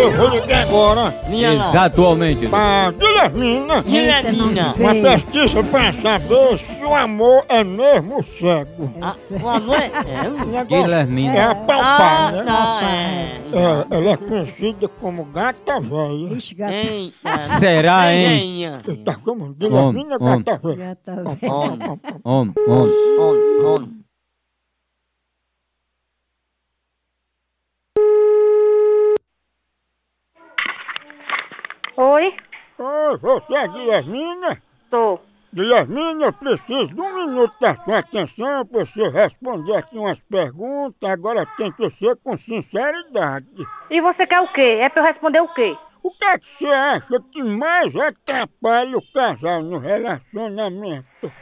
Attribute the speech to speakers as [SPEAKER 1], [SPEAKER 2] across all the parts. [SPEAKER 1] eu vou ligar agora
[SPEAKER 2] Minha não. é
[SPEAKER 3] Exatamente.
[SPEAKER 1] pra Guilhermina,
[SPEAKER 2] Eita, nome
[SPEAKER 4] Guilhermina.
[SPEAKER 1] uma
[SPEAKER 4] feio.
[SPEAKER 1] pesquisa pra saber se o amor é mesmo cego.
[SPEAKER 2] Ah, o amor é. é o-
[SPEAKER 1] É
[SPEAKER 3] Guilhermina.
[SPEAKER 1] a
[SPEAKER 2] Ah,
[SPEAKER 1] palpar, né?
[SPEAKER 2] não, é.
[SPEAKER 1] É, ela é conhecida como gata velha.
[SPEAKER 4] Ixi, gata,
[SPEAKER 2] Eita.
[SPEAKER 3] Será, hein?
[SPEAKER 2] Venha.
[SPEAKER 1] Tu tá como? Guilhermina,
[SPEAKER 3] Homem,
[SPEAKER 1] gata velha.
[SPEAKER 4] gata velha.
[SPEAKER 2] Homem,
[SPEAKER 3] Homem, homem.
[SPEAKER 2] homem, homem.
[SPEAKER 5] Oi?
[SPEAKER 1] Oi, você é Guilhermina?
[SPEAKER 5] Tô.
[SPEAKER 1] Guilhermina, eu preciso de um minuto da sua atenção para você responder aqui umas perguntas. Agora tem que ser com sinceridade.
[SPEAKER 5] E você quer o quê? É pra eu responder o quê?
[SPEAKER 1] O que é que você acha que mais atrapalha o casal no relacionamento?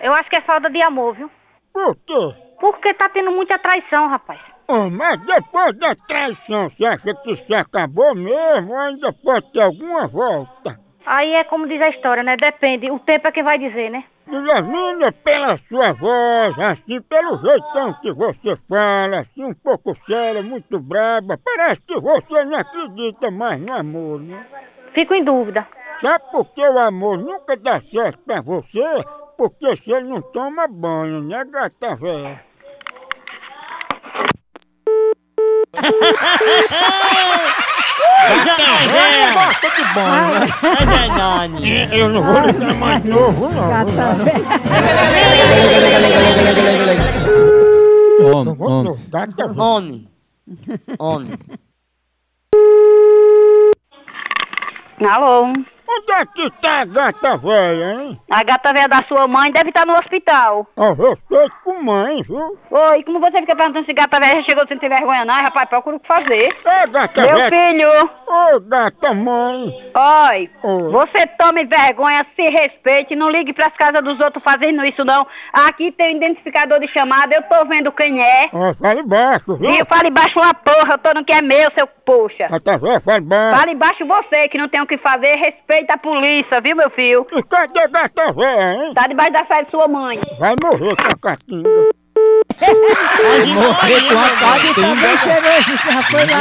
[SPEAKER 5] Eu acho que é falta de amor, viu?
[SPEAKER 1] Por quê?
[SPEAKER 5] Porque tá tendo muita traição, rapaz.
[SPEAKER 1] Ah, mas depois da traição, você acha que isso acabou mesmo ou ainda pode ter alguma volta?
[SPEAKER 5] Aí é como diz a história, né? Depende. O tempo é quem vai dizer, né?
[SPEAKER 1] Guilhermina, pela sua voz, assim, pelo jeitão que você fala, assim, um pouco séria, muito braba, parece que você não acredita mais no amor, né?
[SPEAKER 5] Fico em dúvida.
[SPEAKER 1] Sabe por que É o amor nunca dá certo pra você? Porque você não toma banho, né, gata velha?
[SPEAKER 2] Tá
[SPEAKER 1] Ela não gosta de banho, né?
[SPEAKER 2] É verdade.
[SPEAKER 1] Eu não vou ligar mais novo, não.
[SPEAKER 4] Gata velha.
[SPEAKER 3] Homem,
[SPEAKER 1] Não vou, não.
[SPEAKER 3] homem.
[SPEAKER 1] Gata velha.
[SPEAKER 2] Homem. Homem.
[SPEAKER 5] Alô?
[SPEAKER 1] Onde é que tá a gata velha, hein?
[SPEAKER 5] A gata velha da sua mãe deve estar no hospital.
[SPEAKER 1] Ó, respeito com mãe, viu?
[SPEAKER 5] Oi, como você fica perguntando se gata velha já chegou sem ter vergonha, não? Rapaz, procura o que fazer.
[SPEAKER 1] Ô, gata
[SPEAKER 5] Meu
[SPEAKER 1] velha.
[SPEAKER 5] filho,
[SPEAKER 1] Ô, gata mãe.
[SPEAKER 5] oi.
[SPEAKER 1] Oi.
[SPEAKER 5] Você tome vergonha, se respeite, não ligue pras casas dos outros fazendo isso, não. Aqui tem um identificador de chamada, eu tô vendo quem é.
[SPEAKER 1] Ó, fala embaixo,
[SPEAKER 5] E
[SPEAKER 1] viu?
[SPEAKER 5] eu falo embaixo uma porra, eu tô no que é meu, seu poxa.
[SPEAKER 1] Gata velha, fala embaixo.
[SPEAKER 5] Fala embaixo você que não tem o que fazer, respeita a polícia, viu, meu filho?
[SPEAKER 1] E cadê a gata velha, hein?
[SPEAKER 5] Tá debaixo da saia de sua mãe.
[SPEAKER 1] Vai morrer com a catinga.
[SPEAKER 3] Morrer com a
[SPEAKER 4] Tá bem
[SPEAKER 3] catinga.
[SPEAKER 4] cheiroso, já foi lá.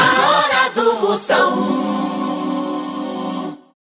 [SPEAKER 6] A hora do Moção.